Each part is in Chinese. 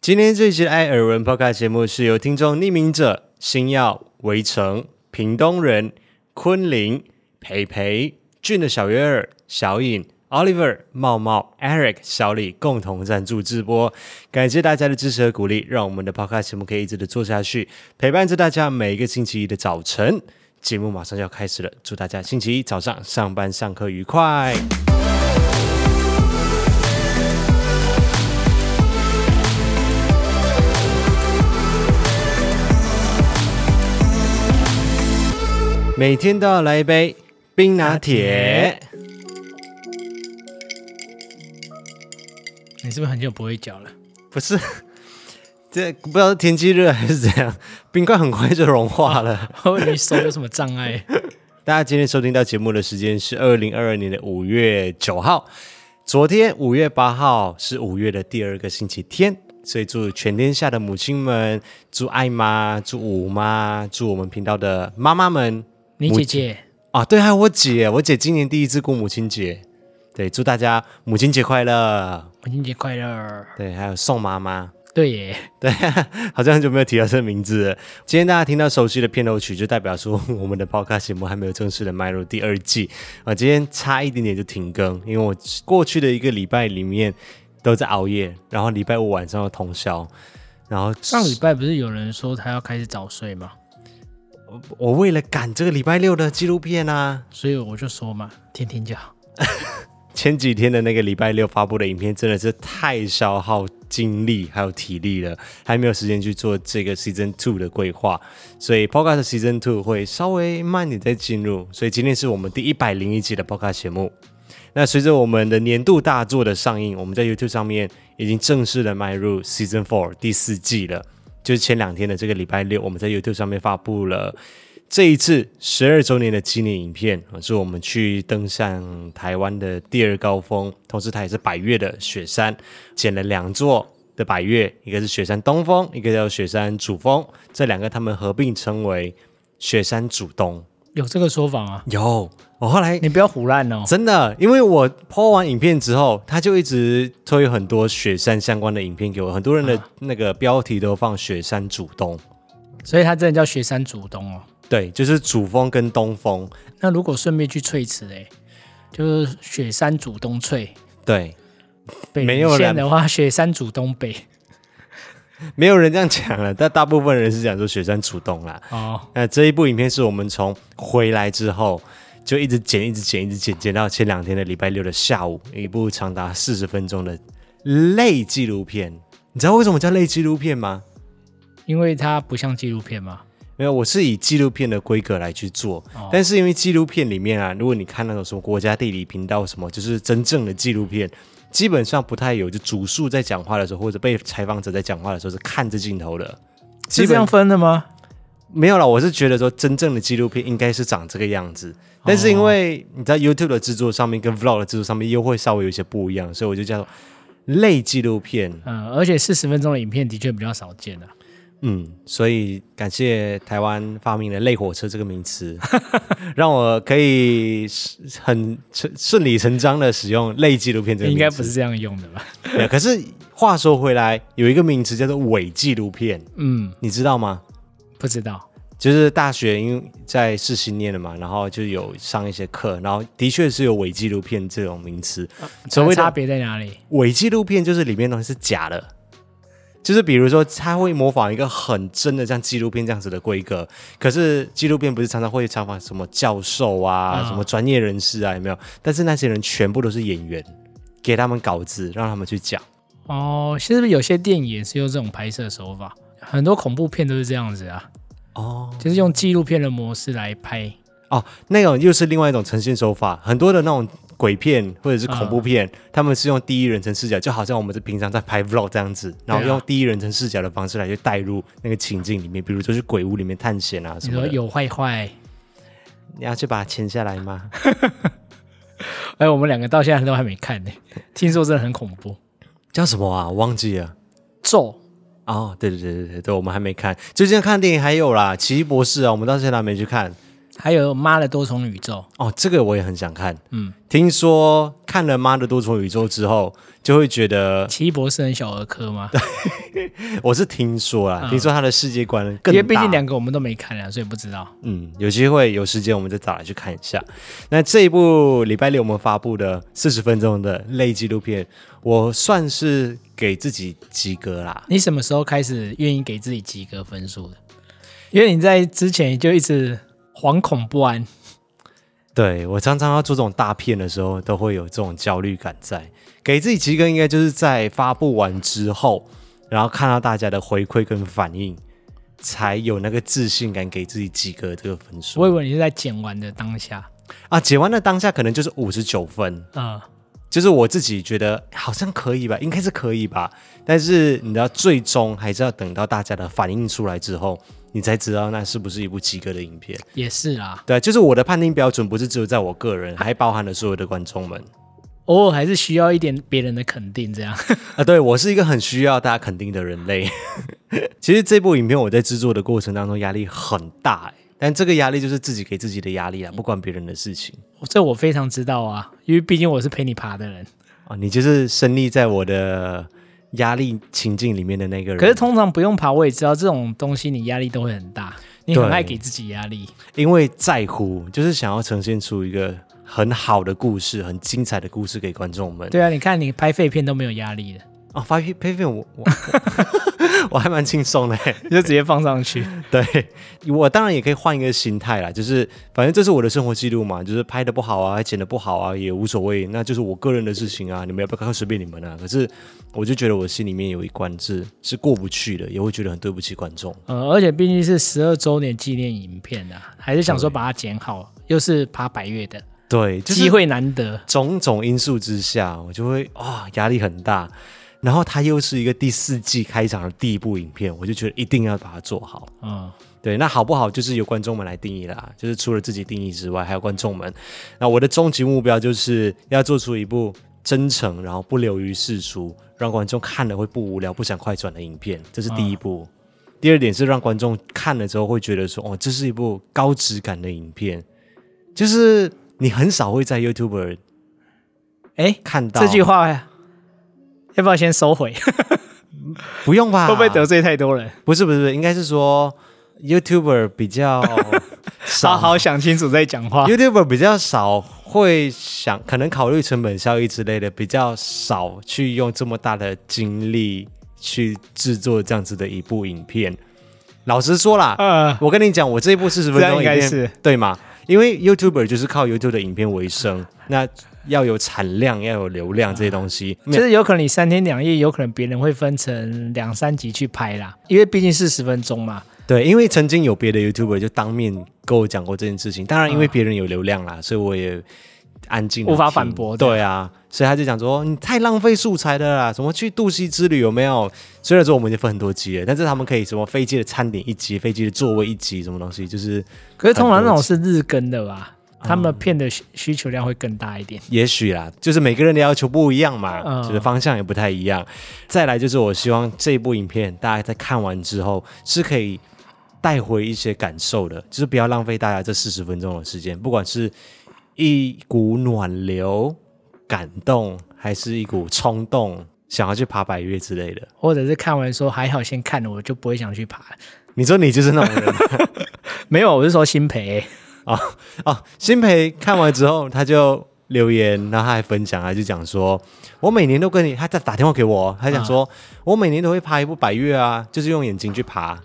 今天这一期的艾尔文 Podcast 节目是由听众匿名者星耀、围城、屏东人、昆凌、培培、俊的小约尔、小颖、Oliver、茂茂、Eric、小李共同赞助直播，感谢大家的支持和鼓励，让我们的 Podcast 节目可以一直的做下去，陪伴着大家每一个星期一的早晨。节目马上就要开始了，祝大家星期一早上上班上课愉快。每天都要来一杯冰拿铁。你是不是很久不会嚼了？不是， 这不知道是天气热还是怎样， 冰块很快就融化了。 我以为你手有什么障碍？大家今天收听到节目的时间是二零二二年的五月九号，昨天五月八号是五月的第二个星期天，所以祝全天下的母亲们，祝爱妈，祝五妈，祝我们频道的妈妈们你姐姐啊，对，还有我姐，我姐今年第一次过母亲节，对，祝大家母亲节快乐。母亲节快乐！对，还有宋妈妈，对耶，对， 好像很久没有提到这个名字了。今天大家听到熟悉的片头曲，就代表说我们的 Podcast 节目还没有正式的迈入第二季啊。今天差一点点就停更，因为我过去的一个礼拜里面都在熬夜，然后礼拜五晚上又通宵，然后上礼拜不是有人说他要开始早睡吗？我为了赶这个礼拜六的纪录片啊，所以我就说嘛，天天就好。前几天的那个礼拜六发布的影片真的是太消耗精力还有体力了，还没有时间去做这个 season two 的规划，所以 podcast season two 会稍微慢点再进入。所以今天是我们第一百零一集的 podcast 节目。那随着我们的年度大作的上映，我们在 YouTube 上面已经正式的迈入 season four 第四季了。就是前两天的这个礼拜六，我们在 YouTube 上面发布了这一次十二周年的纪念影片，呃是我们去登上台湾的第二高峰，同时它也是百越的雪山，捡了两座的百越，一个是雪山东峰，一个叫雪山主峰，这两个他们合并称为雪山主东。有这个说法吗？有，我后来你不要胡乱哦。真的，因为我播完影片之后，他就一直推很多雪山相关的影片给我，很多人的那个标题都放雪山主东，所以他真的叫雪山主东哦。对，就是主峰跟东峰，那如果顺便去翠池，哎，就是雪山主东翠。对，北没有林人县的话，雪山主东北没有人这样讲了，但大部分人是讲说雪山主东啦。哦，那这一部影片是我们从回来之后就一直剪，一直剪，一直剪，剪到前两天的礼拜六的下午，一部长达四十分钟的类纪录片。你知道为什么叫类纪录片吗？因为它不像纪录片嘛。没有，我是以纪录片的规格来去做，哦但是因为纪录片里面啊，如果你看那种什么国家地理频道什么，就是真正的纪录片，基本上不太有就主述在讲话的时候，或者被采访者在讲话的时候是看着镜头的。基是这本样分的吗？没有啦，我是觉得说真正的纪录片应该是长这个样子，但是因哦为你在 YouTube 的制作上面跟 Vlog 的制作上面又会稍微有一些不一样，所以我就叫做类纪录片。嗯，而且四十分钟的影片的确比较少见啊。嗯，所以感谢台湾发明了“类火车”这个名 词，让我可以很顺顺理成章的使用“类纪录片”这个名词。应该不是这样用的吧？对。可是话说回来，有一个名词叫做伪纪录片，嗯，你知道吗？不知道。就是大学因为在世新念的嘛，然后就有上一些课，然后的确是有伪纪录片这种名词。所谓的啊差别在哪里？伪纪录片就是里面东西是假的，就是比如说它会模仿一个很真的像纪录片这样子的规格，可是纪录片不是常常会采访什么教授啊、啊什么专业人士啊，有没有？但是那些人全部都是演员，给他们稿子让他们去讲。哦，是不是有些电影也是用这种拍摄手法？很多恐怖片都是这样子啊，哦就是用纪录片的模式来拍。哦，那种又是另外一种呈现手法，很多的那种。鬼片或者是恐怖片，嗯他们是用第一人称视角，就好像我们是平常在拍 vlog 这样子，然后对啊用第一人称视角的方式来去带入那个情境里面，比如说去鬼屋里面探险啊什你么说的。有坏坏？你要去把它签下来吗？哎，我们两个到现在都还没看呢、 听说真的很恐怖。叫什么啊？我忘记了。咒哦，对对对对对，我们还没看。最近看电影还有啦，《奇异博士》啊，我们到现在还没去看。还有《妈的多重宇宙哦，这个我也很想看。嗯，听说看了《妈的多重宇宙》之后，就会觉》，得奇异博士很小儿 科吗？我是听说啦，听说他的世界观更大。嗯因为毕竟两个我们都没看啊，所以不知道。嗯，有机会有时间我们再找来去看一下。那这一部礼拜六我们发布的四十分钟的类纪录片，我算是给自己及格啦。你什么时候开始愿意给自己及格分数的？因为你在之前就一直惶恐不安，对我常常要做这种大片的时候，都会有这种焦虑感在。给自己及格，应该就是在发布完之后，然后看到大家的回馈跟反应，才有那个自信感给自己及格这个分我以数。为你是在剪完的当下。啊，解完的当下可能就是五十九分，嗯，就是我自己觉得好像可以吧，应该是可以吧。但是你知道，最终还是要等到大家的反应出来之后，你才知道那是不是一部及格的影片。也是啦，对，啊就是我的判定标准不是只有在我个人，还包含了所有的观众们。偶尔还是需要一点别人的肯定，这样。 啊，对我是一个很需要大家肯定的人类。其实这部影片我在制作的过程当中压力很大、欸，但这个压力就是自己给自己的压力啊，不关别人的事情这我非常知道啊，因为毕竟我是陪你爬的人。啊。你就是身历在我的压力情境里面的那个人。可是通常不用爬，我也知道这种东西你压力都会很大，你很对爱给自己压力。因为在乎，就是想要呈现出一个很好的故事、很精彩的故事给观众们。对啊，你看你拍废片都没有压力的，啊，发片拍片我 我我还蛮轻松的、 欸。你就直接放上去。对我当然也可以换一个心态啦，就是反正这是我的生活记录嘛，就是拍的不好啊，剪的不好啊也无所谓，那就是我个人的事情啊，你们要不要看随便你们啊。可是我就觉得我心里面有一关是是过不去的，也会觉得很对不起观众。呃，而且毕竟是十二周年纪念影片啊，还是想说把它剪好，又是爬百越的、对，就是机会难得。种种因素之下，我就会啊、压力很大。然后它又是一个第四季开场的第一部影片，我就觉得一定要把它做好。嗯，对，那好不好就是由观众们来定义啦，就是除了自己定义之外，还有观众们。那我的终极目标就是要做出一部真诚，然后不流于世俗，让观众看了会不无聊、不想快转的影片，这是第一步。第二点是让观众看了之后会觉得说，哦，这是一部高质感的影片，就是你很少会在 YouTube 哎，看到这句话要不要先收回？不用吧？会不会得罪太多人？不是不是不是，应该是说 YouTuber 比 较少好好想清楚再讲话。 YouTuber 比较少会想，可能考虑成本效益之类的，比较少去用这么大的精力去制作这样子的一部影片。老实说啦，呃，我跟你讲，我这一部四十分这样钟应影该片是，对吗？因为 YouTuber 就是靠 YouTube 的影片为生，那要有产量，要有流量这些东西，没有就是有可能你三天两夜，有可能别人会分成两三集去拍啦，因为毕竟是十分钟嘛。对，因为曾经有别的 YouTuber 就当面跟我讲过这件事情，当然因为别人有流量啦，所以我也安静地嗯无法听反驳对啊，所以他就讲说你太浪费素材的啦，什么去渡溪之旅有没有？虽然说我们已经分很多集了，但是他们可以什么飞机的餐点一集，飞机的座位一集，什么东西，就是可是通常那种是日更的吧，他们片的需需求量会更大一点。也许啦，就是每个人的要求不一样嘛，嗯就是方向也不太一样。再来就是我希望这部影片大家在看完之后是可以带回一些感受的，就是不要浪费大家这四十分钟的时间，不管是一股暖流、感动，还是一股冲动，想要去爬百越之类的。或者是看完说还好先看了，我就不会想去爬了。你说你就是那种人没有，我是说新培、哦。新培看完之后，他就留言，然后他还分享，他就讲说，我每年都跟你，他在打电话给我，他讲说，啊我每年都会爬一部百越啊，就是用眼睛去爬。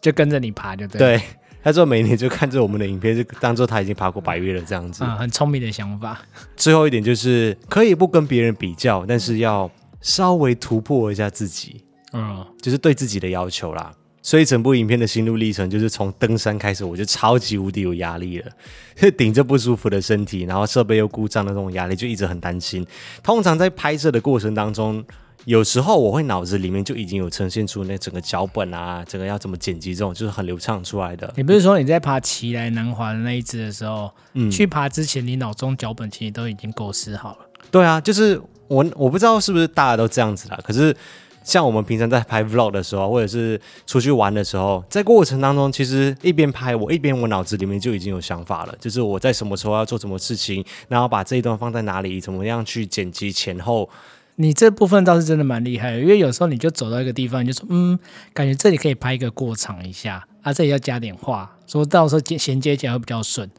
就跟着你爬就对。，对，他说每年就看着我们的影片，就当做他已经爬过百越了这样子。啊、很聪明的想法。最后一点就是可以不跟别人比较，但是要稍微突破一下自己，嗯，就是对自己的要求啦。所以整部影片的心路历程就是从登山开始，我就超级无敌有压力了，就顶着不舒服的身体，然后设备又故障的那种压力，就一直很担心。通常在拍摄的过程当中，有时候我会脑子里面就已经有呈现出那整个脚本啊，整个要怎么剪辑这种，就是很流畅出来的。你不是说你在爬奇来南华的那一只的时候，嗯去爬之前你脑中脚本其实都已经构思好了。对啊，就是我我不知道是不是大家都这样子啦，可是像我们平常在拍 vlog 的时候，啊或者是出去玩的时候，在过程当中，其实一边拍我一边我脑子里面就已经有想法了，就是我在什么时候要做什么事情，然后把这一段放在哪里，怎么样去剪辑前后，你这部分倒是真的蛮厉害的，因为有时候你就走到一个地方，你就说，嗯，感觉这里可以拍一个过场一下，啊，这里要加点话，说到时候接衔接起来会比较顺。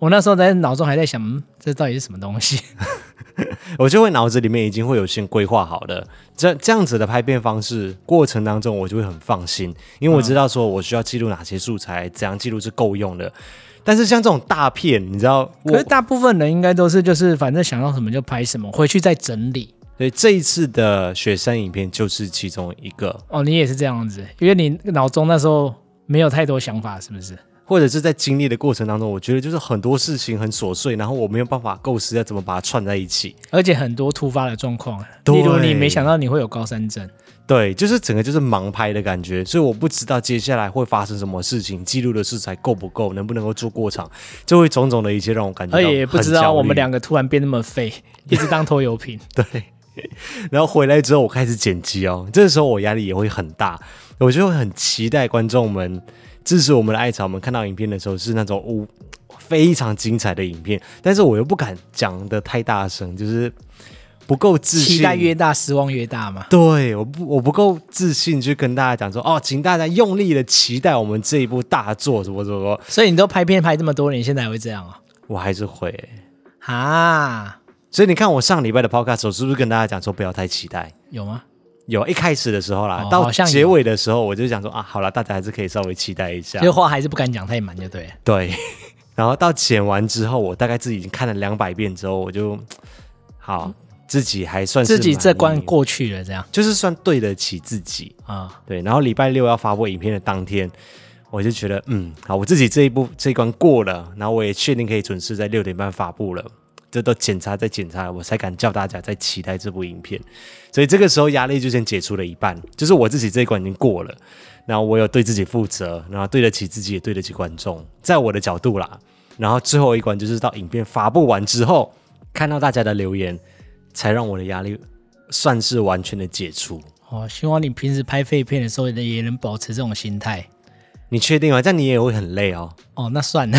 我那时候在脑中还在想，嗯，这到底是什么 东西？我就会脑子里面已经会有先规划好的，这这样子的拍片方式过程当中，我就会很放心，因为我知道说我需要记录哪些素材，怎样记录是够用的。但是像这种大片，你知道，可是我大部分人应该都是就是反正想到什么就拍什么，回去再整理。所以这一次的雪山影片就是其中一个，哦，你也是这样子，因为你脑中那时候没有太多想法，是不是？或者是在经历的过程当中，我觉得就是很多事情很琐碎，然后我没有办法构思要怎么把它串在一起。而且很多突发的状况，对例如你没想到你会有高山症，对，就是整个就是盲拍的感觉，所以我不知道接下来会发生什么事情，记录的素材够不够，能不能够做过场，就会种种的一切让我感觉而到哎且也不很知道焦我们虑两个突然变那 么废，一直当拖油瓶。对。 然后回来之后，我开始剪辑哦，这时候我压力也会很大，我就会很期待观众们支持我们的艾草们看到影片的时候是那种呜、非常精彩的影片，但是我又不敢讲的太大声，就是不够自信。期待越大，失望越大嘛。对，我不我不够自信去跟大家讲说哦，请大家用力的期待我们这一部大作什么什么什么，所以你都拍片拍这么多年，现在还会这样啊？我还是会欸。啊，所以你看我上礼拜的 podcast 我是不是跟大家讲说不要太期待？有吗？有一开始的时候啦，哦到好像有结尾的时候，我就想说啊，好了，大家还是可以稍微期待一下。这话还是不敢讲太满，就对了。对， 然后到剪完之后，我大概自己已经看了两百遍之后，我就好自己还算是嗯自己这满关意，过去了，这样就是算对得起自己。啊、对，然后礼拜六要发布影片的当天，我就觉得嗯，好，我自己这一步这一关过了，然后我也确定可以准时在六点半发布了。这都检查再检查，我才敢叫大家再期待这部影片。所以这个时候压力就先解除了一半，就是我自己这一关已经过了，然后我有对自己负责，然后对得起自己，也对得起观众，在我的角度啦。然后最后一关就是到影片发布完之后，看到大家的留言，才让我的压力算是完全的解除。哦，希望你平时拍废片的时候也能保持这种心态。你确定吗？这样你也会很累哦。哦，那算 了，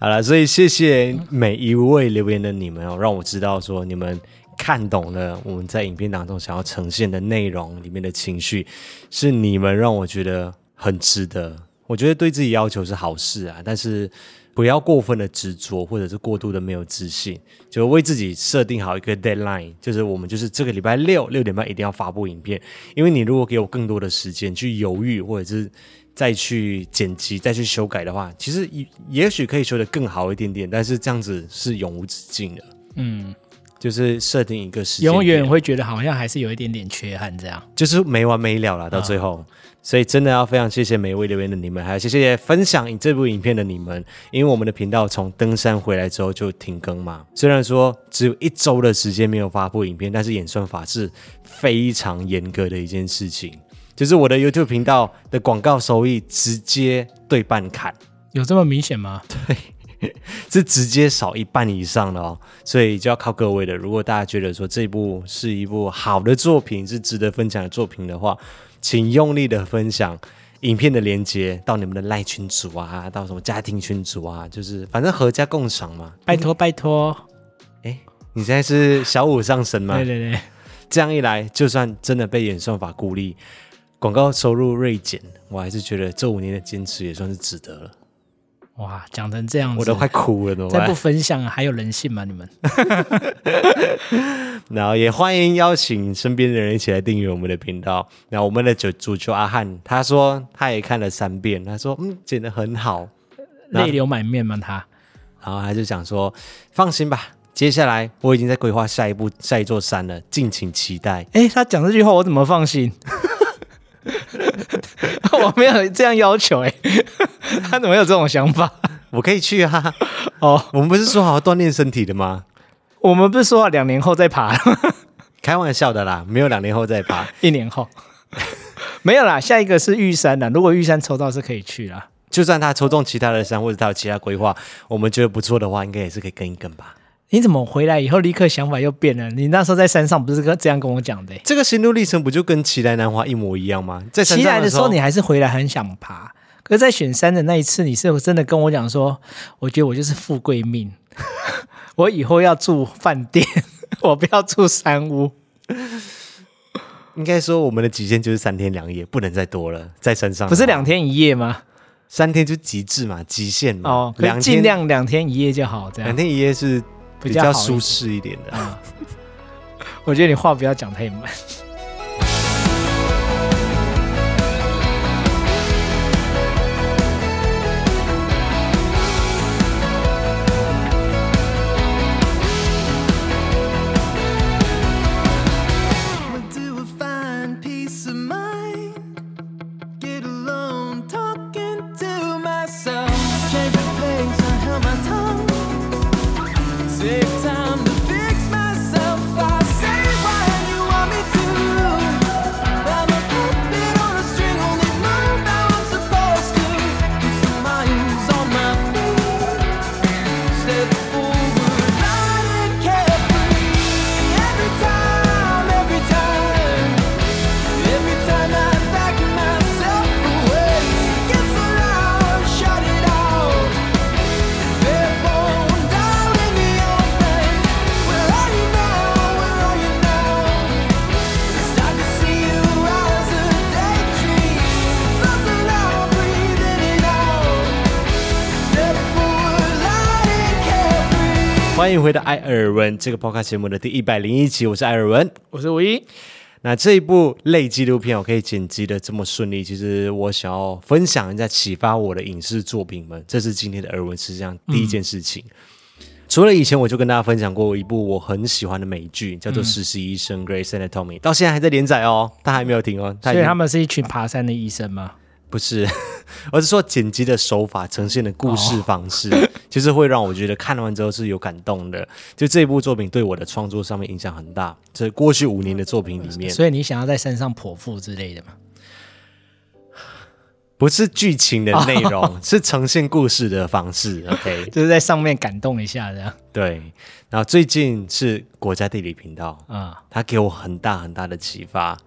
好了，所以谢谢每一位留言的你们哦，让我知道说你们看懂了我们在影片当中想要呈现的内容里面的情绪，是你们让我觉得很值得。我觉得对自己要求是好事啊，但是不要过分的执着，或者是过度的没有自信，就为自己设定好一个 deadline，就是我们就是这个礼拜六六点半一定要发布影片，因为你如果给我更多的时间去犹豫，或者是再去剪辑、再去修改的话，其实也也许可以修得更好一点点，但是这样子是永无止境的。嗯，就是设定一个时间点，永远会觉得好像还是有一点点缺憾这样。就是没完没了啦，到最后，嗯所以真的要非常谢谢每一位留言的你们，还有谢谢分享这部影片的你们，因为我们的频道从登山回来之后就停更嘛，虽然说只有一周的时间没有发布影片，但是演算法是非常严格的一件事情，就是我的 YouTube 频道的广告收益直接对半砍，有这么明显吗？是直接少一半以上的哦，所以就要靠各位了。如果大家觉得说这部是一部好的作品，是值得分享的作品的话，请用力的分享影片的连接到你们的赖群组啊，到什么家庭群组啊，就是反正合家共赏嘛。拜托拜托，哎，你现在是小五上身吗对？对对，这样一来，就算真的被演算法孤立，广告收入锐减，我还是觉得这五年的坚持也算是值得了。哇，讲成这样子，我都快哭了，怎么再办不？分享还有人性吗？你们然后也欢迎邀请身边的人一起来订阅我们的频道。那我们的主主角阿汉，他说他也看了三遍，他说嗯剪得很好，泪流满面吗？他然后他就想说放心吧，接下来我已经在规划下一步下一座山了，敬请期待。哎、他讲这句话我怎么放心？ 我没有这样要求哎、他怎么有这种想法？我可以去啊， 哦，我们不是说好好锻炼身体的吗？我们不是说好两年后再爬，开玩笑的啦，没有两年后再爬，一年后没有啦，下一个是玉山啦。如果玉山抽到是可以去啦。就算他抽中其他的山或者他有其他规划，我们觉得不错的话，应该也是可以跟一跟吧。你怎么回来以后立刻想法又变了？你那时候在山上不是跟这样跟我讲的、欸？这个心路历程不就跟奇来南华一模一样吗？在山起来上的时时候候你还是回来很想爬，可是，在选山的那一次，你是真的跟我讲说，我觉得我就是富贵命， 我以后要住饭店， 我不要住山屋。应该说我们的极限就是三天两夜，不能再多了，在山上不是的话两天一夜吗？三天就极致嘛，极限嘛。哦，可嗯两以天尽量两天一夜就好，这两样天一夜是比较好较一点舒。适一点的。我觉得你话不要讲太满。 Where do I find peace of mind? Get alone, talking to myself. Change the place, I held my tongue. Take time to fix myself. I say what you want me to. I'm a puppet on a string, only move how I'm supposed to. Put some miles on my feet. Step forward, light and carefree. Every time, every time, every time I back myself away, gets loud, shut it out. There won't doubt in the open. Where are you now? Where are you now? Start to see you as a daydream. Thoughts aloud, breathing it out. Step forward, light and carefree. 欢迎回到艾尔文这个 podcast 节目的第一百零一集，我是艾尔文。我是五一，那这一部类纪录片，我可以剪辑的这么顺利，其实我想要分享一下启发我的影视作品们，这是今天的耳闻实际上第一件事情。嗯除了以前我就跟大家分享过一部我很喜欢的美剧，叫做《实习医生 Grey's Anatomy》，到现在还在连载哦，它还没有停哦。它已所经以他们是一群爬山的医生吗？ 不是， 而是说剪辑的手法呈现的故事方式， 其实会让我觉得看完之后是有感动的。就这部作品对我的创作上面影响很大，这过去五年的作品里面，所以你想要在山上剖腹之类的吗？不是剧情的内容， 是呈现故事的方式。OK， 就是在上面感动一下这样对。然后最近是国家地理频道，啊、它给我很大很大的启发。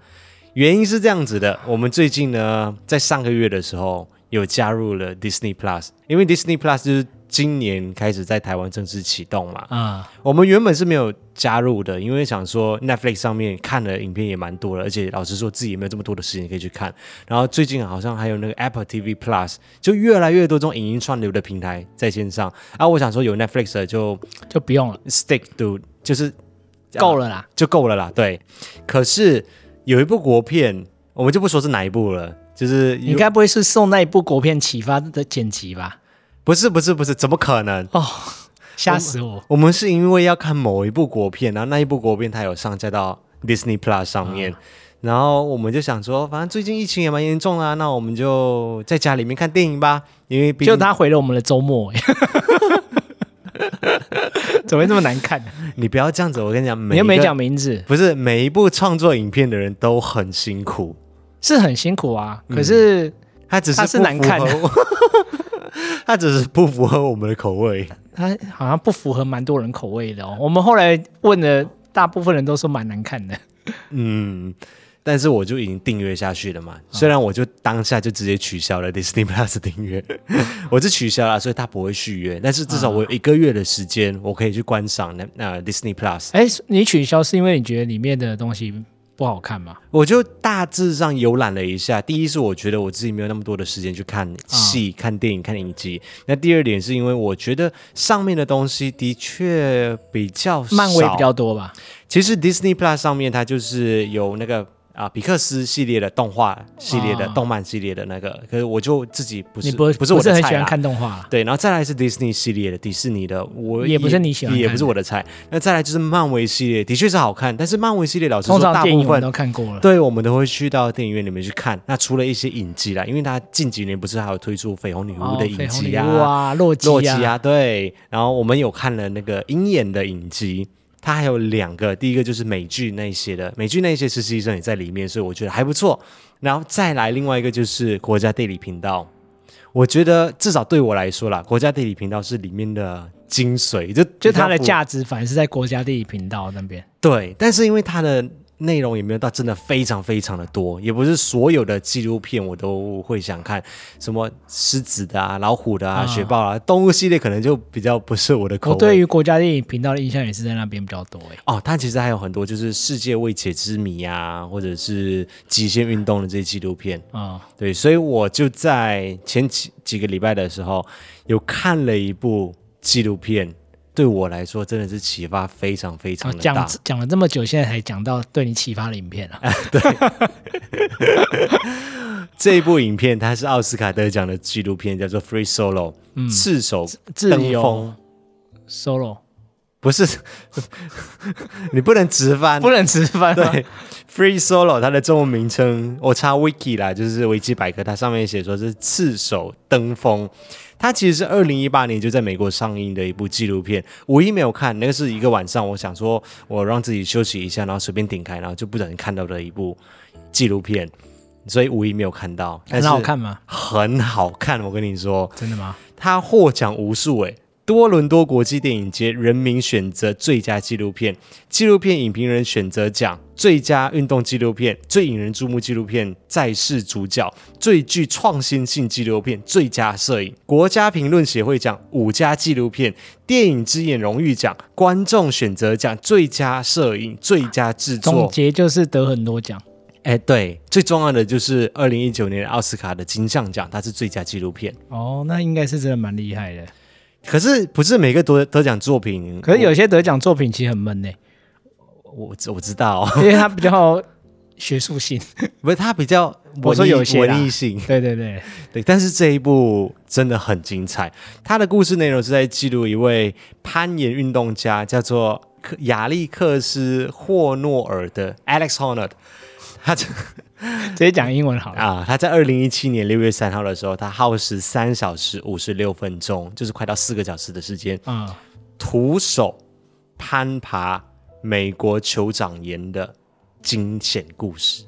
原因是这样子的，我们最近呢，在上个月的时候有加入了 Disney Plus，因为 Disney Plus 就是今年开始在台湾正式启动嘛。啊、我们原本是没有加入的，因为想说 Netflix 上面看的影片也蛮多的，而且老实说自己也没有这么多的时间可以去看。然后最近好像还有那个 Apple TV Plus，就越来越多这种影音串流的平台在线上。啊，我想说有 Netflix 的就就不用了， stick to 就是啊够了啦。就够了啦。对，可是有一部国片，我们就不说是哪一部了，就是你该不会是受那一部国片启发的剪辑吧？不是不是不是，怎么可能？哦，吓死我！我们是因为要看某一部国片，然后那一部国片它有上架到 Disney Plus 上嗯面，然后我们就想说，反正最近疫情也蛮严重啊，那我们就在家里面看电影吧，因为毕就竟他毁了我们的周末、 欸，怎么会这么难看？啊你不要这样子，我跟你讲，每你又没一个讲，名字，不是每一部创作影片的人都很辛苦，是很辛苦啊。嗯可是、他只是他是不难符看合 我，他只是不符合我们的口味。它好像不符合蛮多人口味的哦。我们后来问了，大部分人都说蛮难看的。嗯，但是我就已经订阅下去了嘛。啊虽然我就当下就直接取消了 Disney Plus 订阅， 我是取消了，所以它不会续约。但是至啊少我有一个月的时间，我可以去观赏那那、Disney Plus。哎，你取消是因为你觉得里面的东西不好看吗？我就大致上浏览了一下。第一是我觉得我自己没有那么多的时间去看啊戏、看电影、看影集。那第二点是因为我觉得上面的东西的确比较少漫威比较多吧？其实 Disney Plus 上面它就是有那个啊皮克斯系列的动画系列的、啊动漫系列的那个，可是我就自己不你是不不是我的很菜啊喜欢啦看动画啊啦对，然后再来是 Disney 系列的迪士尼的，我也不是你喜欢看的也不是我的菜。那再来就是漫威系列，的确是好看，但是漫威系列老实说，通常大电部影我们分都看过了。对我们都会去到电影院里面去看。那除了一些影集啦，因为它近几年不是还有推出绯红女哦巫的影绯红集女巫啊，洛基啊，洛基啊，对。然后我们有看了那个鹰眼的影集，它还有两个，第一个就是美剧那一些的，美剧那一些实习医生也在里面，所以我觉得还不错。然后再来另外一个就是国家地理频道，我觉得至少对我来说啦，国家地理频道是里面的精髓，就就它的比较符价值反而是在国家地理频道那边。对，但是因为它的内容也没有到真的非常非常的多，也不是所有的纪录片我都会想看，什么狮子的啊、老虎的啊、啊雪豹啊，动物系列可能就比较不是我的口我味。对于国家地理频道的印象也是在那边比较多欸诶、哦，它其实还有很多就是世界未解之谜啊，或者是极限运动的这些纪录片。啊、对，所以我就在前几几个礼拜的时候，有看了一部纪录片，对我来说真的是启发非常非常哦，的大讲。讲了这么久，现在才讲到对你启发的影片啊。这一部影片它是奥斯卡得奖的纪录片，叫做《Free Solo》，赤手嗯自登由峰， solo 不是， 你不能直翻。不能吃饭啊吗？对，Free Solo 它的中文名称，我查 Wiki 啦，就是维基百科，它上面写说是赤手登峰。它其实是二零一八年就在美国上映的一部纪录片，五一没有看，那个是一个晚上，我想说我让自己休息一下，然后随便点开，然后就不小心看到的一部纪录片，所以五一没有看到，但很是好看吗？很好看，我跟你说，真的吗？他获奖无数诶。多伦多国际电影节人民选择最佳纪录片、纪录片影评人选择奖、最佳运动纪录片、最引人注目纪录片在世主角、最具创新性纪录片、最佳摄影、国家评论协会奖五佳纪录片、电影之眼荣誉奖、观众选择奖、最佳摄影、最佳制总作。结就是得很多奖，哎，对，最重要的就是二零一九年奥斯卡的金像奖，它是最佳纪录片。哦，那应该是真的蛮厉害的。可是不是每个得得奖作品，可是有些得奖作品其实很闷呢、 我我知我知道， 因为它比较学术性。不是它比较文艺我说有些啦文艺性，对对对，对，但是这一部真的很精彩。它的故事内容是在记录一位攀岩运动家，叫做克亚历克斯霍诺尔的 Alex Honnold，他这。 直接讲英文好了。啊，他在二零一七年六月三号的时候，他耗时三小时五十六分钟，就是快到四个小时的时间，嗯，徒手攀爬美国酋长岩的惊险故事。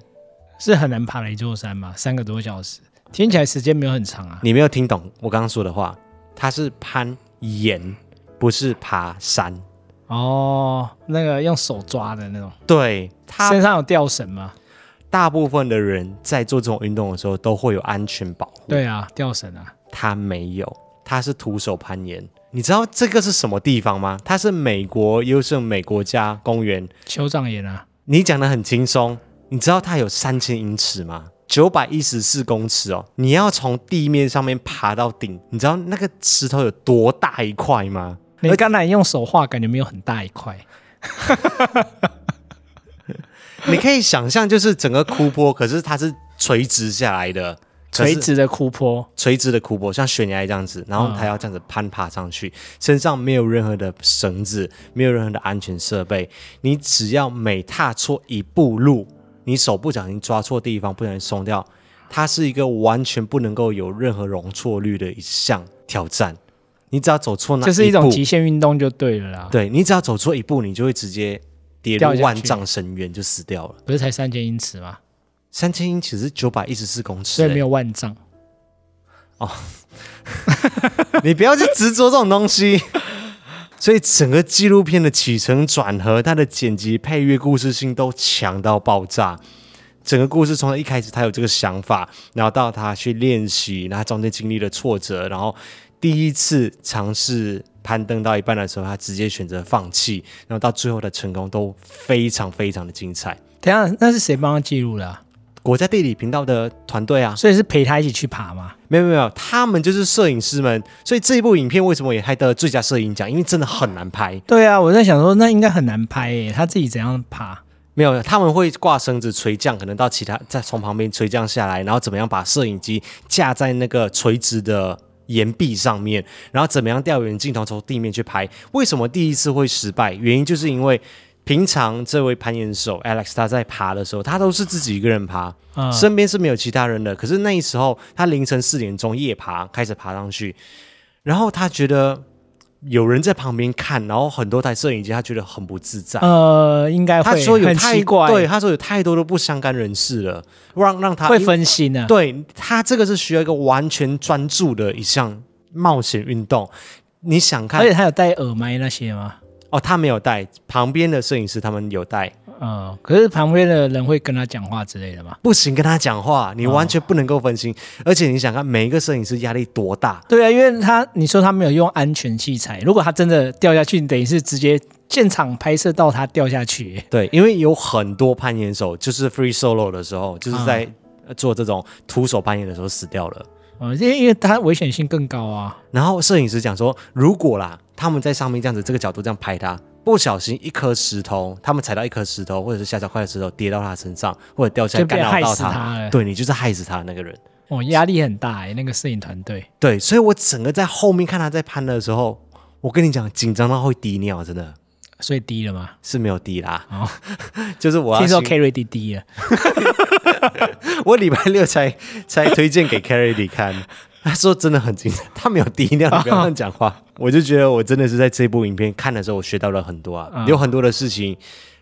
是很难爬的一座山嘛，三个多小时，听起来时间没有很长啊。你没有听懂我刚刚说的话，他是攀岩，不是爬山。哦，那个用手抓的那种，对身他，上有吊绳吗？大部分的人在做这种运动的时候都会有安全保护，对啊，吊绳啊。他没有，他是徒手攀岩。你知道这个是什么地方吗？它是美国优胜美国家公园。酋长岩啊，你讲的很轻松，你知道它有三千英尺吗？九百一十四公尺哦！你要从地面上面爬到顶，你知道那个石头有多大一块吗？你刚才用手画，感觉没有很大一块。你可以想象，就是整个枯坡，可是它是垂直下来的，可垂是直的枯坡，垂直的枯坡，像悬崖这样子，然后它要这样子攀爬上去，身上没有任何的绳子，没有任何的安全设备，你只要每踏错一步路，你手不小心抓错地方，不小心松掉，它是一个完全不能够有任何容错率的一项挑战。你只要走错那一步，就是一种极限运动就对了啦。对你只要走错一步，你就会直接跌掉入下去万丈深渊，就死掉了。不是才三千英尺吗？三千英尺是九百一十四公尺、所以没欸，有万丈。你不要去执着这种东西。 所以整个纪录片的起承转合，它的剪辑、配乐、故事性都强到爆炸。整个故事从一开始他有这个想法，然后到他去练习，然后他中间经历了挫折，然后第一次尝试攀登到一半的时候，他直接选择放弃，然后到最后的成功都非常非常的精彩。等一下那是谁帮他记录的、啊？国家地理频道的团队啊，所以是陪他一起去爬吗？没有没有没有，他们就是摄影师们，所以这一部影片为什么也还得最佳摄影奖？因为真的很难拍。对啊，我在想说那应该很难拍耶、他自己怎样爬？没有，他们会挂绳子垂降，可能到其他再从旁边垂降下来，然后怎么样把摄影机架在那个垂直的岩壁上面，然后怎么样调远镜头从地面去拍。为什么第一次会失败？原因就是因为平常这位攀岩手 Alex 他在爬的时候，他都是自己一个人爬，嗯身边是没有其他人的。可是那时候他凌晨四点钟夜爬开始爬上去，然后他觉得有人在旁边看，然后很多台摄影机，他觉得很不自在。呃，应 该会他说有很太奇怪，对，他说有太多的不相干人士了，让让他会。分心啊。对他这个是需要一个完全专注的一项冒险运动，你想看而且他有戴耳麦那些吗？哦，他没有带，旁边的摄影师他们有带，嗯，可是旁边的人会跟他讲话之类的嘛？不行跟他讲话，你完全不能够分心。而且你想看每一个摄影师压力多大，对啊，因为他你说他没有用安全器材，如果他真的掉下去，你等于是直接现场拍摄到他掉下去。欸对，因为有很多攀岩手就是 free solo 的时候，啊就是在呃做这种徒手攀岩的时候死掉了。哦，因为因为他危险性更高啊。然后摄影师讲说，如果啦，他们在上面这样子这个角度这样拍他，不小心一颗石头，他们踩到一颗石头，或者是下脚块的石头跌到他身上，或者掉下来就被干扰害到死他了对你就是害死他的那个人。哦，压力很大哎、欸那个摄影团队。对，所以我整个在后面看他在攀的时候，我跟你讲，紧张到会滴尿，真的所以低了吗？是没有滴啦。 就是我要哦听说先 carry 低低了， 我礼拜六才才推荐给 Carrie 你看，他说真的很精彩，他没有低调，你不要乱讲话。我就觉得我真的是在这部影片看的时候，我学到了很多啊，有很多的事情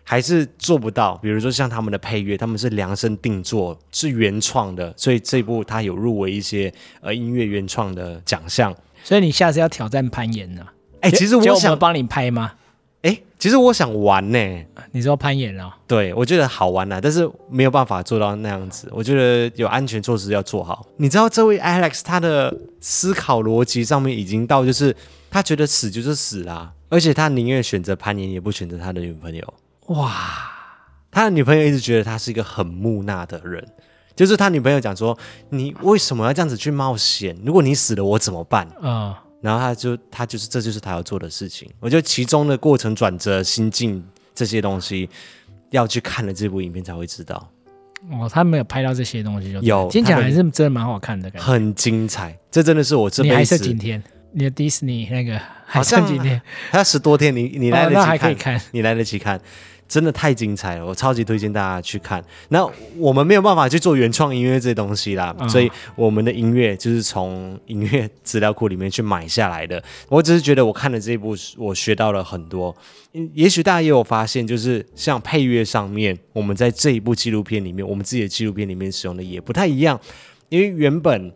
还是做不到，比如说像他们的配乐，他们是量身定做，是原创的，所以这部他有入围一些呃音乐原创的奖项。所以你下次要挑战攀岩啊了。哎、其实结我果想们，帮你拍吗？哎、其实我想玩呢、你说攀岩哦，对，我觉得好玩啦、啊但是没有办法做到那样子。我觉得有安全措施要做好。你知道这位 Alex 他的思考逻辑上面已经到，就是他觉得死就是死啦，而且他宁愿选择攀岩，也不选择他的女朋友。哇，他的女朋友一直觉得他是一个很木讷的人，就是他女朋友讲说：“你为什么要这样子去冒险？如果你死了，我怎么办？”嗯，然后他就他就是这就是他要做的事情。我觉得其中的过程转折、心境这些东西，要去看了这部影片才会知道。哦，他没有拍到这些东西就对有听起来他们还是真的蛮好看的感觉。很精彩，这真的是我这你还辈剩子几天？你的迪士尼那个还好像剩几天？还要十多天，你你哦来得及那看，还可以看你来得及看，真的太精彩了，我超级推荐大家去看。那我们没有办法去做原创音乐这东西啦，所以我们的音乐就是从音乐资料库里面去买下来的。我只是觉得我看了这一部，我学到了很多。嗯也许大家也有发现，就是像配乐上面，我们在这一部纪录片里面，我们自己的纪录片里面使用的也不太一样，因为原本。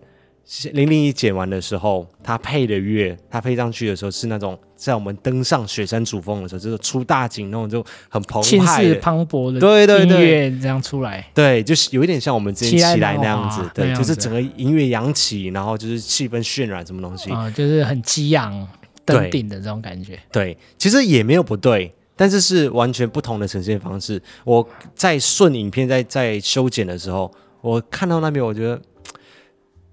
零零一剪完的时候，它配的乐，它配上去的时候是那种在我们登上雪山主峰的时候，就是出大景那种，就很澎气湃势的，磅礴的对对音对乐这样出来，对，就是有一点像我们之前起来起来那了哇样子，那对，样就是子整个音乐扬起，然后就是气氛渲染什么东西，啊、就是很激昂对登顶的这种感觉。对，其实也没有不对，但是是完全不同的呈现方式。我在顺影片在在修剪的时候，我看到那边我觉得嘖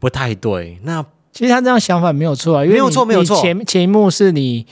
不太对，那其实他这样想法没有错啊，因为没有错你没有错你前前一幕是你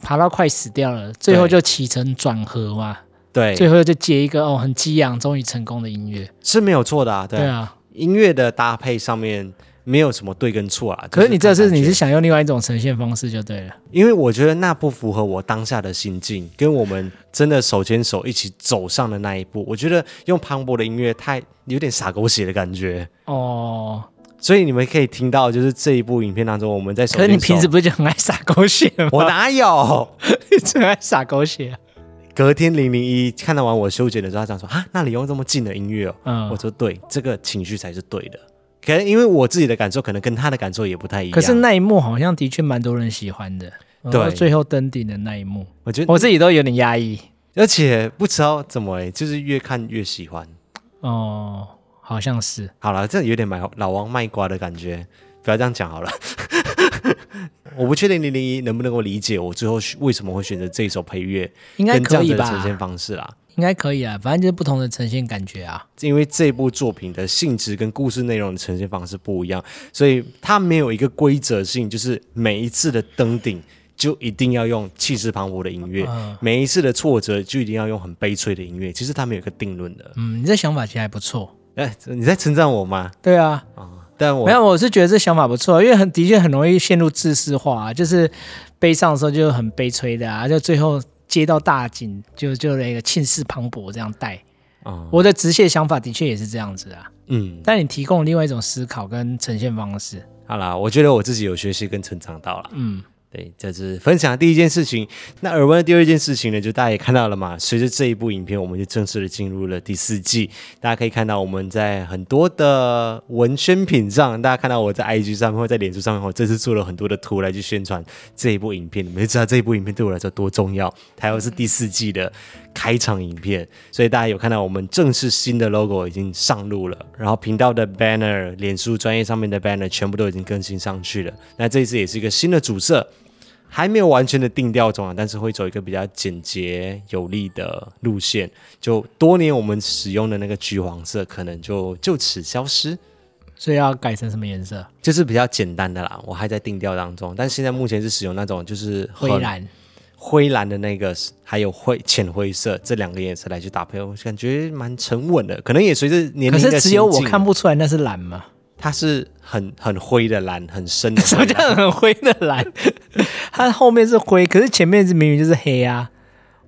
爬到快死掉了，最后对就起承转合嘛，对最后就接一个哦很激昂，终于成功的音乐。是没有错的啊，对对啊，音乐的搭配上面没有什么对跟错啊。可是你这看次感你觉是想用另外一种呈现方式就对了。因为我觉得那不符合我当下的心境，跟我们真的手牵手一起走上的那一步，我觉得用磅礴的音乐太有点傻狗血的感觉。哦，所以你们可以听到，就是这一部影片当中，我们在手可牵是手。你平时不是就很爱撒狗血吗？我哪有？ 你最爱撒狗血、啊。 隔天零零一看到完我修剪的时候，他讲说啊，那里用这么近的音乐哦。嗯我说对，这个情绪才是对的。可能因为我自己的感受，可能跟他的感受也不太一样。可是那一幕好像的确蛮多人喜欢的，然后对最后登顶的那一幕，我觉得，我自己都有点压抑。而且不知道怎么哎、就是越看越喜欢。哦，好像是。好了，这有点买老王卖瓜的感觉，不要这样讲好了。 我不确定零零一能不能够理解我最后选为什么会选择这一首配乐，应该跟这可样以子的吧？呈现方式啦。应该可以啊，反正就是不同的呈现感觉啊。因为这部作品的性质跟故事内容的呈现方式不一样，所以它没有一个规则性，就是每一次的登顶就一定要用气势磅礴的音乐，嗯每一次的挫折就一定要用很悲催的音乐。其实它没有一个定论的。嗯，你这想法其实还不错。哎，你在称赞我吗？对啊，但我没有，我是觉得这想法不错，啊因为很的确很容易陷入自私化、啊，就是悲伤的时候就很悲催的啊，就最后接到大景就就那个气势磅礴这样带。哦我的直线想法的确也是这样子啊，嗯，但你提供了另外一种思考跟呈现方式，好啦，我觉得我自己有学习跟成长到啦。嗯，对，这是分享的第一件事情。那耳闻的第二件事情呢，就大家也看到了嘛，随着这一部影片，我们就正式的进入了第四季。大家可以看到我们在很多的文宣品上，大家看到我在 IG 上面或在脸书上面，我这次做了很多的图来去宣传这一部影片。你们就知道这一部影片对我来说多重要，它又是第四季的开场影片，所以大家有看到我们正式新的 logo 已经上路了，然后频道的 banner、脸书专业上面的 banner 全部都已经更新上去了。那这一次也是一个新的主色。还没有完全的定调中啊，但是会走一个比较简洁有力的路线。就多年我们使用的那个橘黄色，可能就就此消失，所以要改成什么颜色？就是比较简单的啦。我还在定调当中，但现在目前是使用那种就是很灰蓝，灰蓝的那个，还有灰浅灰色这两个颜色来去搭配，我感觉蛮沉稳的。可能也随着年龄可的是只有行我进看，不出来那是蓝嘛？它是很很灰的蓝，很深 的什么灰蓝。叫很灰的蓝？它后面是灰，可是前面是明明就是黑啊。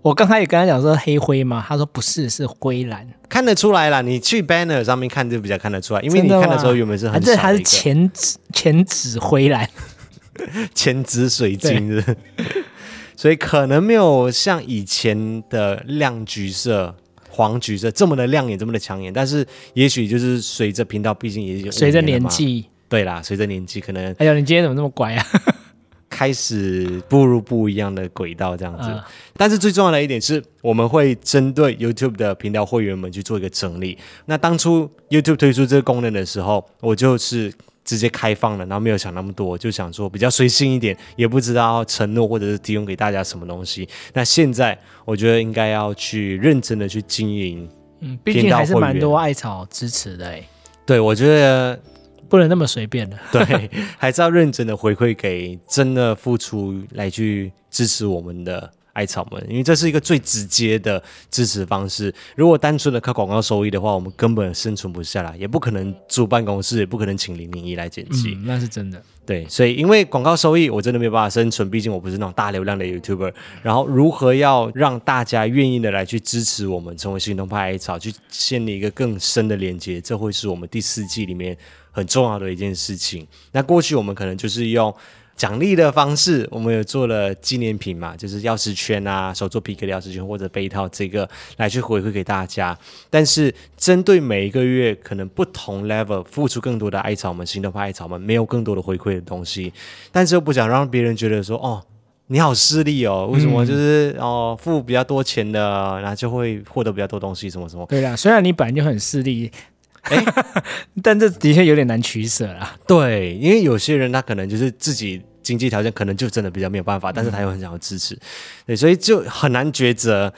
我刚开始跟他讲说黑灰嘛，他说不是，是灰蓝。看得出来啦，你去 banner 上面看就比较看得出来，因为真你的看吗啊的时候原本是还很是少它的是一个。浅紫浅紫灰 蓝，千支水晶是不是 所以可能没有像以前的亮橘色、黄橘色这么的亮眼、这么的抢眼，但是也许就是随着频道，毕竟也有随着五了年嘛，纪。对啦，随着年纪可能哎呦，你今天怎么这么乖啊？开始步入不一样的轨道这样子。嗯但是最重要的一点是，我们会针对 YouTube 的频道会员们去做一个整理。那当初 YouTube 推出这个功能的时候，我就是。直接开放了，然后没有想那么多，就想说比较随性一点，也不知道承诺或者是提供给大家什么东西。那现在我觉得应该要去认真的去经营，嗯，毕频竟道还是会蛮员多艾草支持的、欸，对我觉得不能那么随便的。 对，还是要认真的回馈给真的付出来去支持我们的艾草们，因为这是一个最直接的支持方式。如果单纯的靠广告收益的话，我们根本生存不下来，也不可能租办公室，也不可能请零零一来剪辑。嗯，那是真的。对，所以因为广告收益，我真的没有办法生存，毕竟我不是那种大流量的 YouTuber。然后如何要让大家愿意的来去支持我们，成为行动派 A 草，去建立一个更深的连接，这会是我们第四季里面很重要的一件事情。那过去我们可能就是用。奖励的方式，我们有做了纪念品嘛，就是钥匙圈啊，手做皮革的钥匙圈或者杯套，这个来去回馈给大家。但是针对每一个月可能不同 level 付出更多的艾草们、行动派艾草们，没有更多的回馈的东西，但是又不想让别人觉得说哦。你好势利哦，为什么就是、哦付比较多钱的，然后就会获得比较多东西，什么什么？对啦，虽然你本来就很势利， 但这的确有点难取舍啦。对，因为有些人他可能就是自己经济条件可能就真的比较没有办法，但是他又很想要支持，对，所以就很难抉择，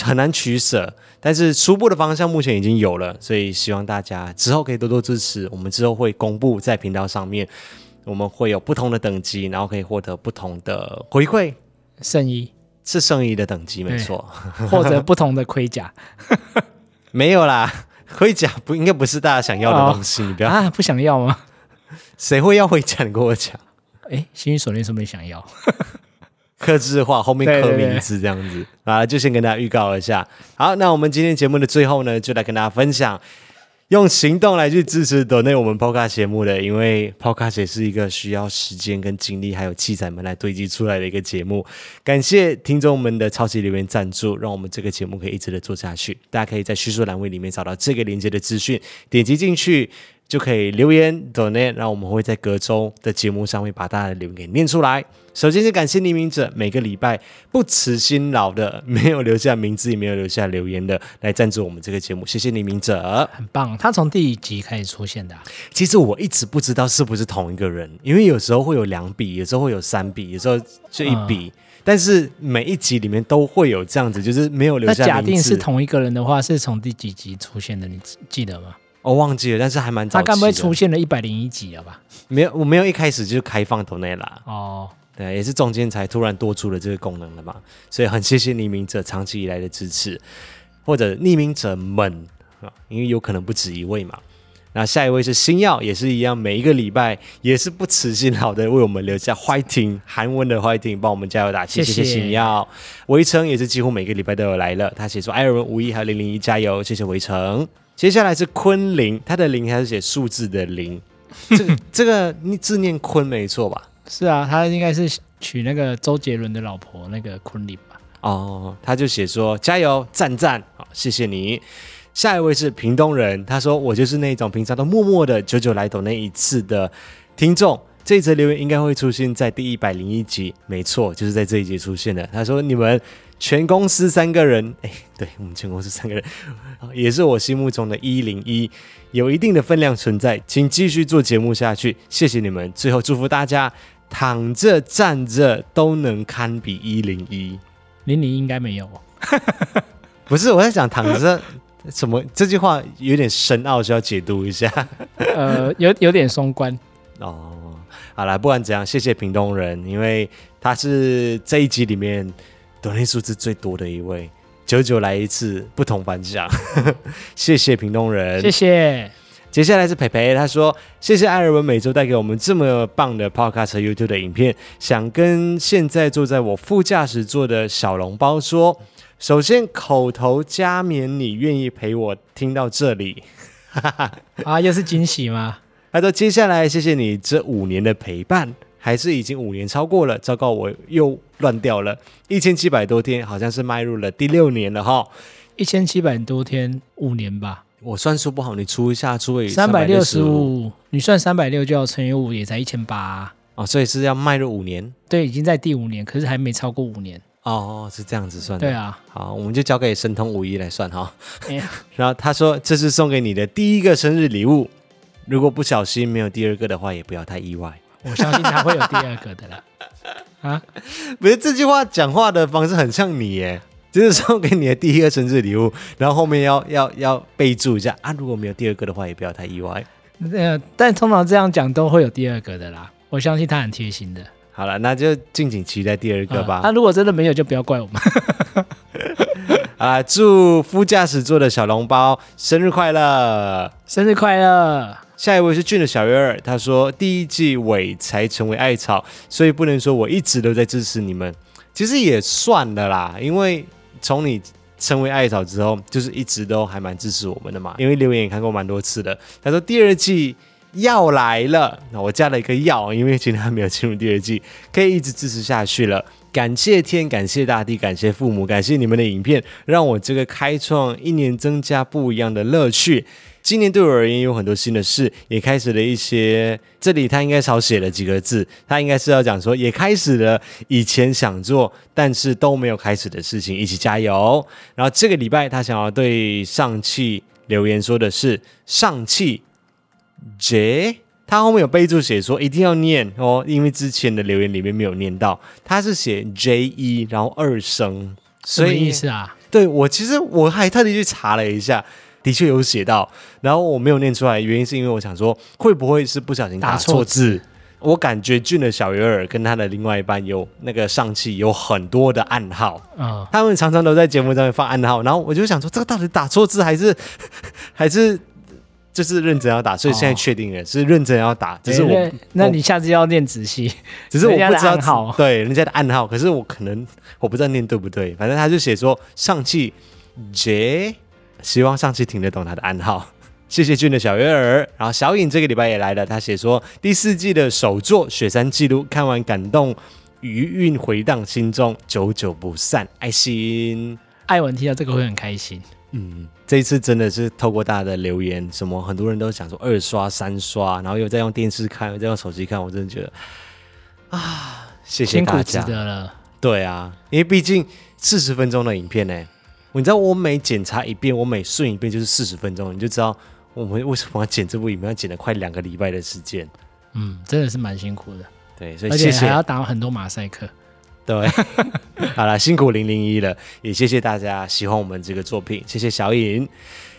很难取舍。但是初步的方向目前已经有了，所以希望大家之后可以多多支持。我们之后会公布在频道上面，我们会有不同的等级，然后可以获得不同的回馈，圣衣是圣衣的等级，没对错。或者不同的盔甲没有啦， 盔甲不应该不是大家想要的东西，你 不要，啊，不想要吗？谁会要盔甲？你跟我讲，哎，幸运手链说没想要，刻字化，后面对对刻对名字这样子啊，就先跟大家预告一下。好，那我们今天节目的最后呢，就来跟大家分享。用行动来去支持 Donate 我们 Podcast 节目的，因为 Podcast 也是一个需要时间跟精力，还有器材们来堆积出来的一个节目。感谢听众们的超级留言赞助，让我们这个节目可以一直的做下去。大家可以在叙述栏位里面找到这个连接的资讯，点击进去就可以留言 Donate，然后我们会在隔周的节目上面把大家的留言给念出来。首先是感谢匿名者，每个礼拜不辞辛劳的，没有留下名字也没有留下留言的来赞助我们这个节目，谢谢匿名者。很棒。他从第一集开始出现的啊、其实我一直不知道是不是同一个人，因为有时候会有两笔，有时候会有三笔，有时候就一笔。嗯但是每一集里面都会有这样子，就是没有留那下假名定字是同一个人的话，是从第几集出现的？你记记得吗？我、忘记了，但是还蛮早他期的。该不会出现了一百零一集了吧？没有？我没有一开始就开放 d o n 啦，哦，对，也是中间才突然多出了这个功能的嘛。所以很谢谢匿名者长期以来的支持，或者匿名者们啊，因为有可能不止一位嘛。那下一位是星耀，也是一样，每一个礼拜也是不辞辛劳的为我们留下 fighting 韩文的 fighting，帮我们加油打气，谢谢谢谢星耀。围城也是几乎每个礼拜都有来了，他写说艾尔文五一还有零零一加油，谢谢围城。接下来是昆凌，他的凌还是写数字的零，这个这个你字念坤没错吧？是啊，他应该是娶那个周杰伦的老婆那个昆凌吧。哦，他就写说加油，赞赞，好，谢谢你。下一位是屏东人，他说我就是那种平常都默默的久久来抖那一次的听众。这一则留言应该会出现在第一百零一集，没错，就是在这一集出现的。他说你们全公司三个人，哎，对我们全公司三个人，哦也是我心目中的一零一，有一定的分量存在，请继续做节目下去，谢谢你们。最后祝福大家躺着站着都能堪比一零一。零零应该没有哦，不是，我在讲躺着什么这句话有点深奥，需要解读一下。呃，有有点双 关。哦，好啦，不管怎样，谢谢屏东人，因为他是这一集里面抖内数字最多的一位，久久来一次，不同凡响。 谢谢屏东人，谢谢，接下来是培培，他说：“谢谢艾尔文每周带给我们这么棒的 Podcast 和 YouTube 的影片，想跟现在坐在我副驾驶座的小笼包说，首先口头加冕你愿意陪我听到这里。”啊，又是惊喜吗？他说：“接下来谢谢你这五年的陪伴，还是已经五年超过了，糟糕，我又乱掉了，一千七百多天，好像是迈入了第六年了哈。”一千七百多天，五年吧，我算数不好，你出一下，除以三百六十365五，你算三百六就要乘以五，也才一千八。哦，所以是要迈入五年对，已经在第五年，可是还没超过五年。哦，是这样子算的。对啊，好，我们就交给神童五一来算哈。哎呀 然后他说：“这是送给你的第一个生日礼物，如果不小心没有第二个的话，也不要太意外。我相信他会有第二个的 啦。啊，”不是这句话讲话的方式很像你耶，就是送给你的第一个生日礼物，然后后面要要要备注一下啊，如果没有第二个的话，也不要太意外。呃，但通常这样讲都会有第二个的啦。我相信他很贴心的。好了，那就敬请期待第二个吧。啊，如果真的没有，就不要怪我们。啊，祝副驾驶座的小笼包生日快乐！生日快乐！下一位是俊的小月儿，他说第一季尾才成为艾草，所以不能说我一直都在支持你们，其实也算的啦，因为从你成为艾草之后，就是一直都还蛮支持我们的嘛，因为留言也看过蛮多次的。他说第二季要来了，那我加了一个要，因为今天还没有进入第二季，可以一直支持下去了。感谢天，感谢大地，感谢父母，感谢你们的影片，让我这个开创一年增加不一样的乐趣。今年对我而言有很多新的事，也开始了一些。这里他应该少写了几个字，他应该是要讲说，也开始了以前想做但是都没有开始的事情，一起加油。然后这个礼拜他想要对上汽留言说的是，上汽 J，他后面有备注写说一定要念哦，因为之前的留言里面没有念到，他是写 J 一，然后二声，什所么以意思啊？对我其实我还特地去查了一下，的确有写到，然后我没有念出来，原因是因为我想说会不会是不小心打打错错字。我感觉俊的小鱼儿跟他的另外一半有那个上汽有很多的暗号，嗯，他们常常都在节目上面放暗号，然后我就想说，这个到底打错字还是 还是就是认真要打？所以现在哦确定了、是认真要打，只是我哎那那你下次要念仔细。只是我人家不的知道暗号对人家的暗号，可是我可能我不知道念对不对，反正他就写说上汽 J，希望上汽听得懂他的暗号。 谢谢俊的小月儿，然后小颖这个礼拜也来了，他写说第四季的首作《雪山记录》，看完感动，余韵回荡心中，久久不散，爱心。艾文听到这个会很开心。嗯，这一次真的是透过大家的留言，什么很多人都想说二刷、三刷，然后又在用电视看，又在用手机看，我真的觉得啊，谢谢辛苦大值家。得了。对啊，因为毕竟四十分钟的影片呢、你知道我每检查一遍，我每顺一遍就是四十分钟，你就知道我们为什么要剪这部影片，要剪了快两个礼拜的时间。嗯，真的是蛮辛苦的，对，所以而谢且谢还要打很多马赛克。 对，好了，辛苦零零一了，也谢谢大家喜欢我们这个作品，谢谢小颖。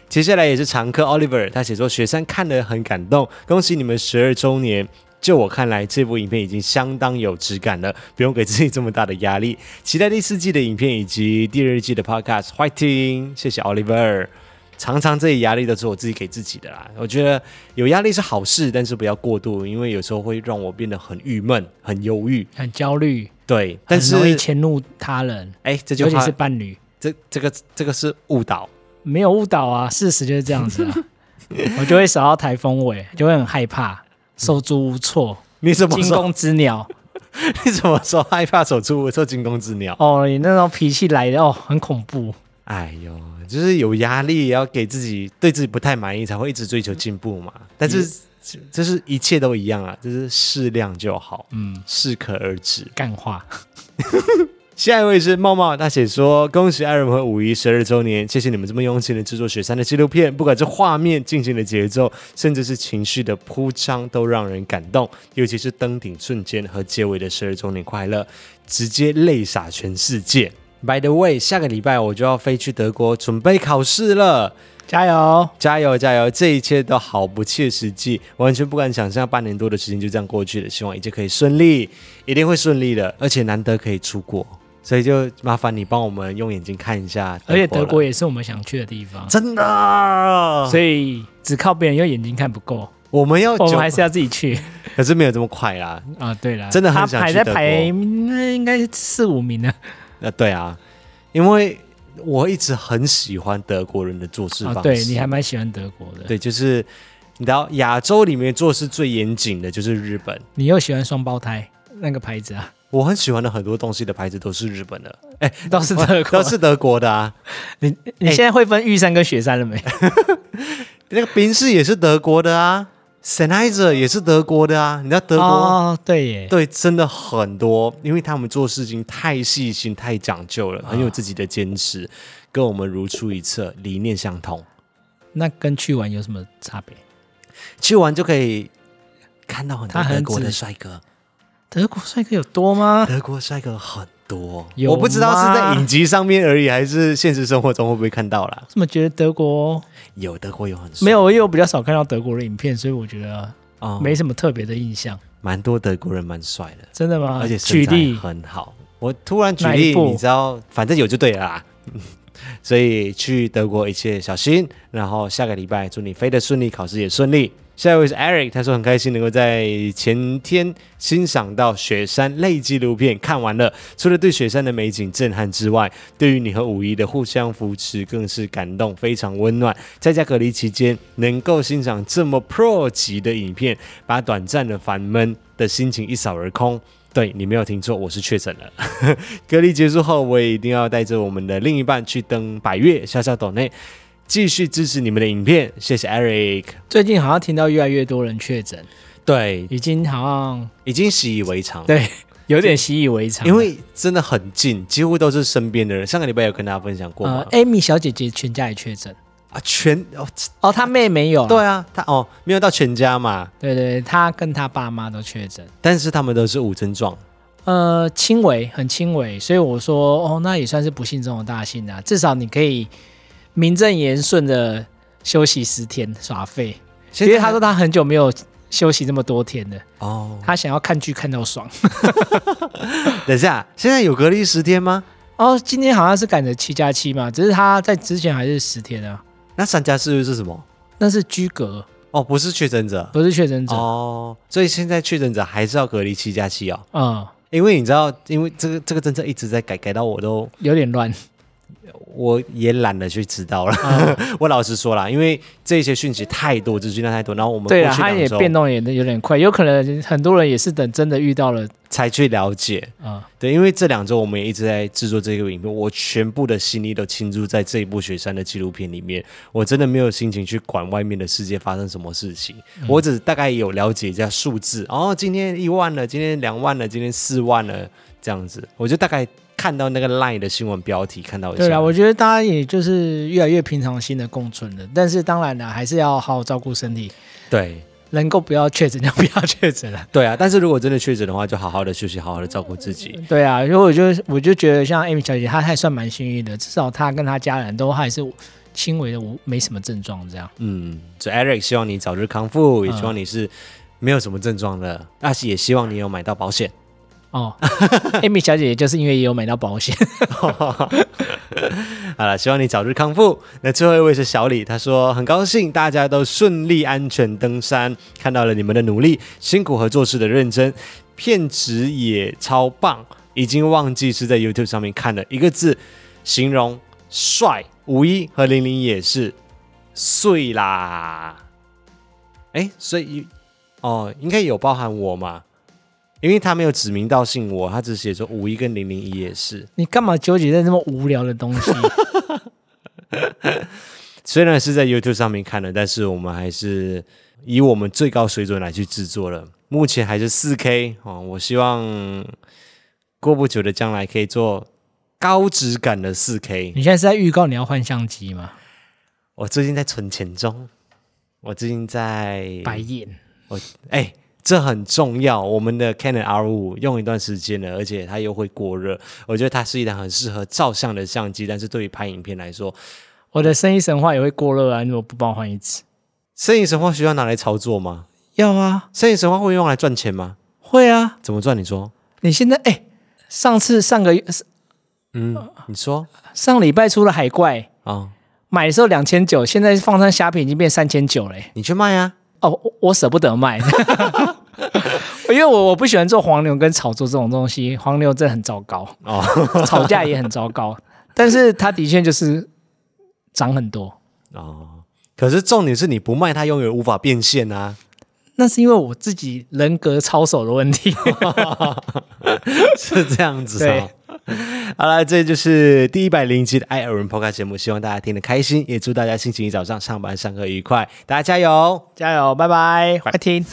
接下来也是常客 Oliver，他写说雪山看了很感动，恭喜你们十二周年。就我看来，这部影片已经相当有质感了，不用给自己这么大的压力。期待第四季的影片以及第二季的 Podcast。Fighting，谢谢 Oliver。常常这些压力都是我自己给自己的啦。我觉得有压力是好事，但是不要过度，因为有时候会让我变得很郁闷、很忧郁。很焦虑，对，但是很容易迁怒他人，哎，这句尤其话是伴侣。这这个这个是误导。没有误导啊，事实就是这 样子啊。我就 会扫到台风尾，就会很害怕，手足无措，你怎么惊说？弓之鸟，你什么时候害怕手出做惊弓之鸟？哦，你那种脾气来的哦，很恐怖。哎呦，就是有压力，也要给自己对自己不太满意，才会一直追求进步嘛。但是这这是一切都一样啊，就是适量就好，嗯，适可而止。干话，下一位是茂茂，他写说：“恭喜爱人和五一十二周年，谢谢你们这么用心的制作雪山的纪录片，不管是画面、进行的节奏，甚至是情绪的铺张，都让人感动。尤其是登顶瞬间和结尾的十二周年快乐，直接泪洒全世界。” By the way，下个礼拜我就要飞去德国准备考试了。加油！加油加油！这一切都好不切实际，完全不敢想象半年多的时间就这样过去了。希望一切可以顺利，一定会顺利的，而且难得可以出国，所以就麻烦你帮我们用眼睛看一下。而且德了国也是我们想去的地方，真的，哦所以只靠别人用眼睛看不够，我们要我们久还是要自 己去可是没有这么快啦。啊。对了，真的他很想排去在德国排那应该是四五名呢。呃，对啊，因为我一直很喜欢德国人的做事方啊式。，对你还蛮喜欢德国的，对，就是你知道亚洲里面做事最严谨的就是日本。你又喜欢双胞胎那个牌子啊，我很喜欢的很多东西的牌子都是日本的，都是 德国。都是德国的啊。你你哎现在会分玉山跟雪山了没？那个宾士也是德国的啊，Sennheiser 也是德国的啊。你知道德国、哦，对耶，对真的很多，因为他们做事情太细心、太讲究啊了，很有自己的坚持，跟我们如出一辙，理念相同。那跟去玩有什么差别？去玩就可以看到很多他很德国的仔帅哥，德国帅哥有多吗？德国帅哥很多。有我不知道是在吗影集上面而已，还是现实生活中会不会看到啦？怎么觉得德国有德国有很帅没有？因为我比较少看到德国的影片，所以我觉得哦没什么特别的印象。蛮多德国人蛮帅的。真的吗？而且身啊举材例，很好。我突然举哪例，一部你知道，反正有就对了啦。 所以去德国一切小心，然后下个礼拜祝你飞得顺利，考试也顺利。下一位是 Eric，他说很开心能够在前天欣赏到雪山类纪录片，看完了，除了对雪山的美景震撼之外，对于你和五一的互相扶持更是感动，非常温暖。在家隔离期间，能够欣赏这么 pro 级的影片，把短暂的烦闷的心情一扫而空。对你没有听错，我是确诊了。隔离结束后，我也一定要带着我们的另一半去登百越，小小岛内，继续支持你们的影片。谢谢 Eric。最近好像听到越来越多人确诊，对，已经好像已经习以为常。，对 有点习以为常哦了。因为真的很近，几乎都是身边的人。上个礼拜有跟大家分享过吗呃？，Amy 小姐姐全家也确诊，啊，全哦，这哦，她妹没有啊，对啊，他哦没有到全家嘛，对对，她跟她爸妈都确诊，但是他们都是无症状。呃，轻微，很轻微，所以我说，哦，那也算是不幸中的大幸啊，至少你可以名正言顺的休息十天耍废，其因为她说她很久没有休息这么多天了，哦，她想要看剧看到爽。等一下，现在有隔离十天吗？哦，今天好像是赶着七加七嘛，只是她在之前还是十天啊，那三加四是什么？那是居隔，哦，不是确诊者。不是确诊者，哦，所以现在确诊者还是要隔离七加七哦，嗯，因为你知道，因为这个这个政策一直在改，改到我都有点 乱，啊我也懒得去知道了。 我老实说啦，因为这些讯息太多，资讯量太多，然后我们过去对啊，他两也周变动也有点快，有可能很多人也是等真的遇到了才去了解。啊、对，因为这两周我们也一直在制作这个影片，我全部的心力都倾注在这一部雪山的纪录片里面，我真的没有心情去管外面的世界发生什么事情，嗯我只大概有了解一下数字，哦，今天一万了，今天两万了，今天四万了，这样子，我就大概看到那个 LINE 的新闻标题，看到一下，对啊啦，我觉得大家也就是越来越平常心的共存了，但是当然了，还是要好好照顾身体，对能够不要确诊就不要确诊 了。对啊，但是如果真的确诊的话，就好好的休息，好好的照顾自己，对啊，因为我就我就觉得像 Amy 小姐她还算蛮幸运的，至少她跟她家人都还是轻微的无没什么症状这样。嗯，所以 Eric 希望你早日康复，也嗯希望你是没有什么症状的，但是也希望你有买到保险。哦 ，Amy 小姐姐就是因为也有买到保险，好了，希望你早日康复。那最后一位是小李，他说很高兴大家都顺利安全登山，看到了你们的努力、辛苦和做事的认真，片值也超棒。已经忘记是在 YouTube 上面看了一个字形容帅，五一和玲玲也是碎啦。哎，所以哦，应该有包含我嘛？因为他没有指名道姓我，他只写说五一跟零零一也是。你干嘛纠结在这么无聊的东西？虽然是在 YouTube 上面看的，但是我们还是以我们最高水准来去制作了。目前还是四 K 哦，我希望过不久的将来可以做高质感的四 K。你现在是在预告你要换相机 吗？我最近在存钱中，我最近在白眼，我哎、这很重要。我们的 Canon R 五用一段时间了，而且它又会过热。我觉得它是一台很适合照相的相机，但是对于拍影片来说，我的生意神话也会过热啊！你怎么不帮我换一支？摄影神话需要拿来操作吗？要啊，摄影神话会用来赚钱吗？会啊！怎么赚？你说？你现在哎、上次上个月嗯，你说上礼拜出了海怪，啊、买的时候两千九，现在放上虾皮已经变三千九嘞。你去卖啊！哦，我我舍不得卖， 因为我我不喜欢做黄牛跟炒作这种东西，黄牛真的很糟糕，哦吵架也很糟糕，但是它的确就是涨很多。哦，可是重点是你不卖，它永远无法变现啊！ 那是因为我自己人格操守的问题。是这样子啊、 好了，这就是第一百零集的《爱尔文 Podcast》节目，希望大家听得开心，也祝大家星期一早上上班上课愉快，大家加油！加油，拜拜，快听。